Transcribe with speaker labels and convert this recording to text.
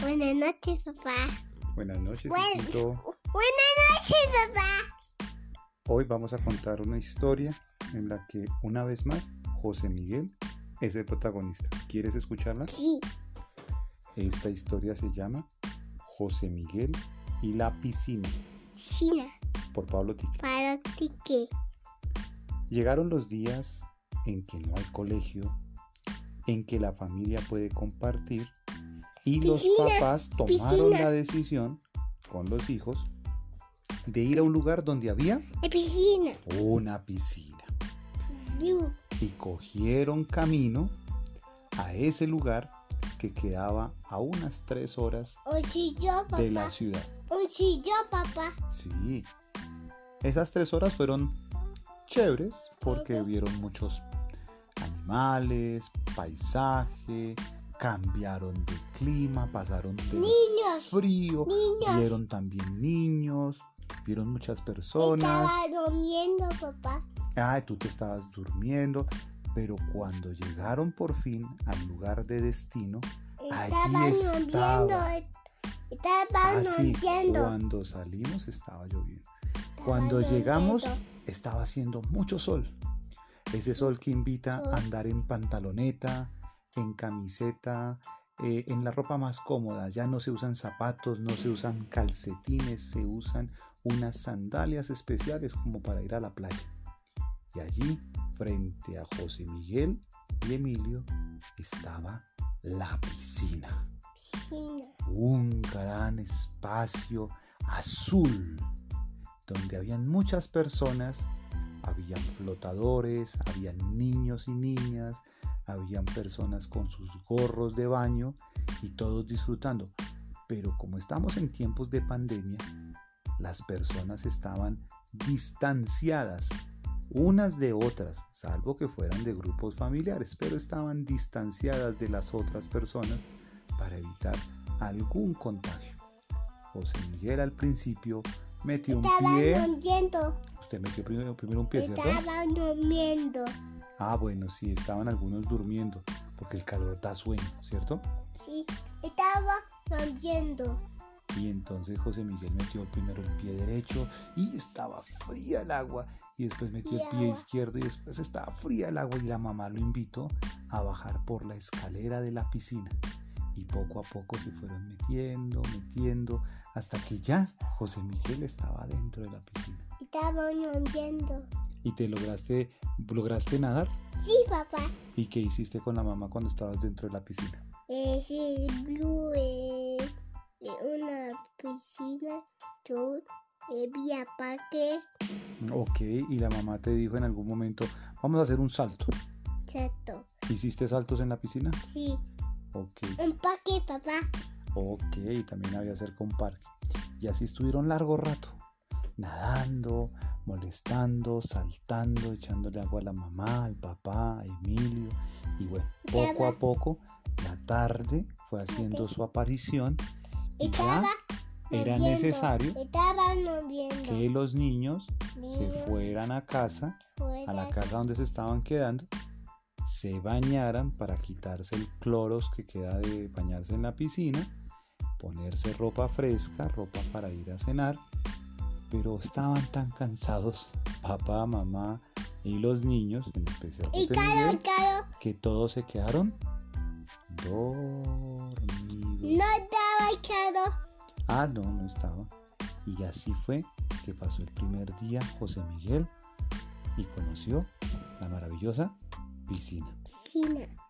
Speaker 1: Buenas noches, papá.
Speaker 2: Buenas noches,
Speaker 1: Buen-
Speaker 2: hijito.
Speaker 1: Buenas noches, papá.
Speaker 2: Hoy vamos a contar una historia en la que, una vez más, José Miguel es el protagonista. ¿Quieres escucharla?
Speaker 1: Sí.
Speaker 2: Esta historia se llama José Miguel y la piscina,
Speaker 1: China,
Speaker 2: por Pablo Tique.
Speaker 1: para ti que.
Speaker 2: Llegaron los días en que no hay colegio, en que la familia puede compartir y los
Speaker 1: Piscina,
Speaker 2: papás tomaron
Speaker 1: piscina.
Speaker 2: la decisión con los hijos de ir a un lugar donde había
Speaker 1: La Eh, piscina.
Speaker 2: una piscina.
Speaker 1: Yo.
Speaker 2: y cogieron camino a ese lugar que quedaba a unas tres horas
Speaker 1: Un chillo, papá.
Speaker 2: de la ciudad.
Speaker 1: Un chillo, papá.
Speaker 2: Sí, esas tres horas fueron chéveres porque vieron muchos animales, paisaje, cambiaron de clima, pasaron de
Speaker 1: Niños.
Speaker 2: frío,
Speaker 1: Niños.
Speaker 2: vieron también niños, vieron muchas personas.
Speaker 1: Estaba durmiendo, papá.
Speaker 2: Ay, tú te estabas durmiendo. Pero cuando llegaron por fin al lugar de destino, Allí
Speaker 1: Estaba
Speaker 2: estaba.
Speaker 1: durmiendo. Estaba
Speaker 2: así
Speaker 1: durmiendo.
Speaker 2: ah, cuando salimos estaba lloviendo.
Speaker 1: Estaba
Speaker 2: Cuando
Speaker 1: durmiendo.
Speaker 2: llegamos estaba haciendo mucho sol. Ese sol que invita
Speaker 1: Sol.
Speaker 2: a andar en pantaloneta, en camiseta, eh, en la ropa más cómoda. Ya no se usan zapatos, no se usan calcetines, se usan unas sandalias especiales como para ir a la playa. Y allí, frente a José Miguel y Emilio, estaba la piscina
Speaker 1: Piscina.
Speaker 2: un gran espacio azul donde habían muchas personas, habían flotadores, habían niños y niñas, habían personas con sus gorros de baño y todos disfrutando. Pero como estamos en tiempos de pandemia, las personas estaban distanciadas unas de otras, salvo que fueran de grupos familiares, pero estaban distanciadas de las otras personas para evitar algún contagio. José Miguel al principio metió un
Speaker 1: Estaba
Speaker 2: pie.
Speaker 1: durmiendo.
Speaker 2: Usted metió primero, primero un pie, ¿cierto?
Speaker 1: Estaba durmiendo.
Speaker 2: Ah, bueno, sí, estaban algunos durmiendo, porque el calor da sueño, ¿cierto?
Speaker 1: Sí. Estaba durmiendo.
Speaker 2: Y entonces José Miguel metió primero el pie derecho y estaba fría el agua. Y después metió el
Speaker 1: Y
Speaker 2: pie
Speaker 1: agua.
Speaker 2: izquierdo y después estaba fría el agua. Y la mamá lo invitó a bajar por la escalera de la piscina. Y poco a poco se fueron metiendo, metiendo, hasta que ya José Miguel estaba dentro de la piscina.
Speaker 1: Estaba durmiendo.
Speaker 2: ¿Y te lograste, lograste nadar?
Speaker 1: Sí, papá.
Speaker 2: ¿Y qué hiciste con la mamá cuando estabas dentro de la piscina?
Speaker 1: Eh, sí, Blue eh, eh, una piscina, yo eh, vi a parque,
Speaker 2: Ok, y la mamá te dijo en algún momento, vamos a hacer un salto.
Speaker 1: chato.
Speaker 2: ¿Hiciste saltos en la piscina?
Speaker 1: Sí,
Speaker 2: Ok,
Speaker 1: un parque, papá.
Speaker 2: ok, también había cerca un parque. Y así estuvieron largo rato, nadando, molestando, saltando, echándole agua a la mamá, al papá, a Emilio. Y bueno, poco a
Speaker 1: Estaba-
Speaker 2: poco, la tarde fue haciendo su aparición y ya
Speaker 1: Estaba
Speaker 2: era
Speaker 1: lloviendo,
Speaker 2: necesario
Speaker 1: Estaba lloviendo.
Speaker 2: que los niños se
Speaker 1: Niños
Speaker 2: fueran a casa a la
Speaker 1: fuera.
Speaker 2: casa donde se estaban quedando, se bañaran para quitarse el cloros que queda de bañarse en la piscina, ponerse ropa fresca, ropa para ir a cenar, pero estaban tan cansados, papá, mamá y los niños, en especial
Speaker 1: Y
Speaker 2: José
Speaker 1: caro,
Speaker 2: Miguel,
Speaker 1: caro,
Speaker 2: que todos se quedaron dormidos.
Speaker 1: no estaba caro.
Speaker 2: Ah, no, no estaba. Y así fue que pasó el primer día José Miguel y conoció la maravillosa piscina.
Speaker 1: Piscina.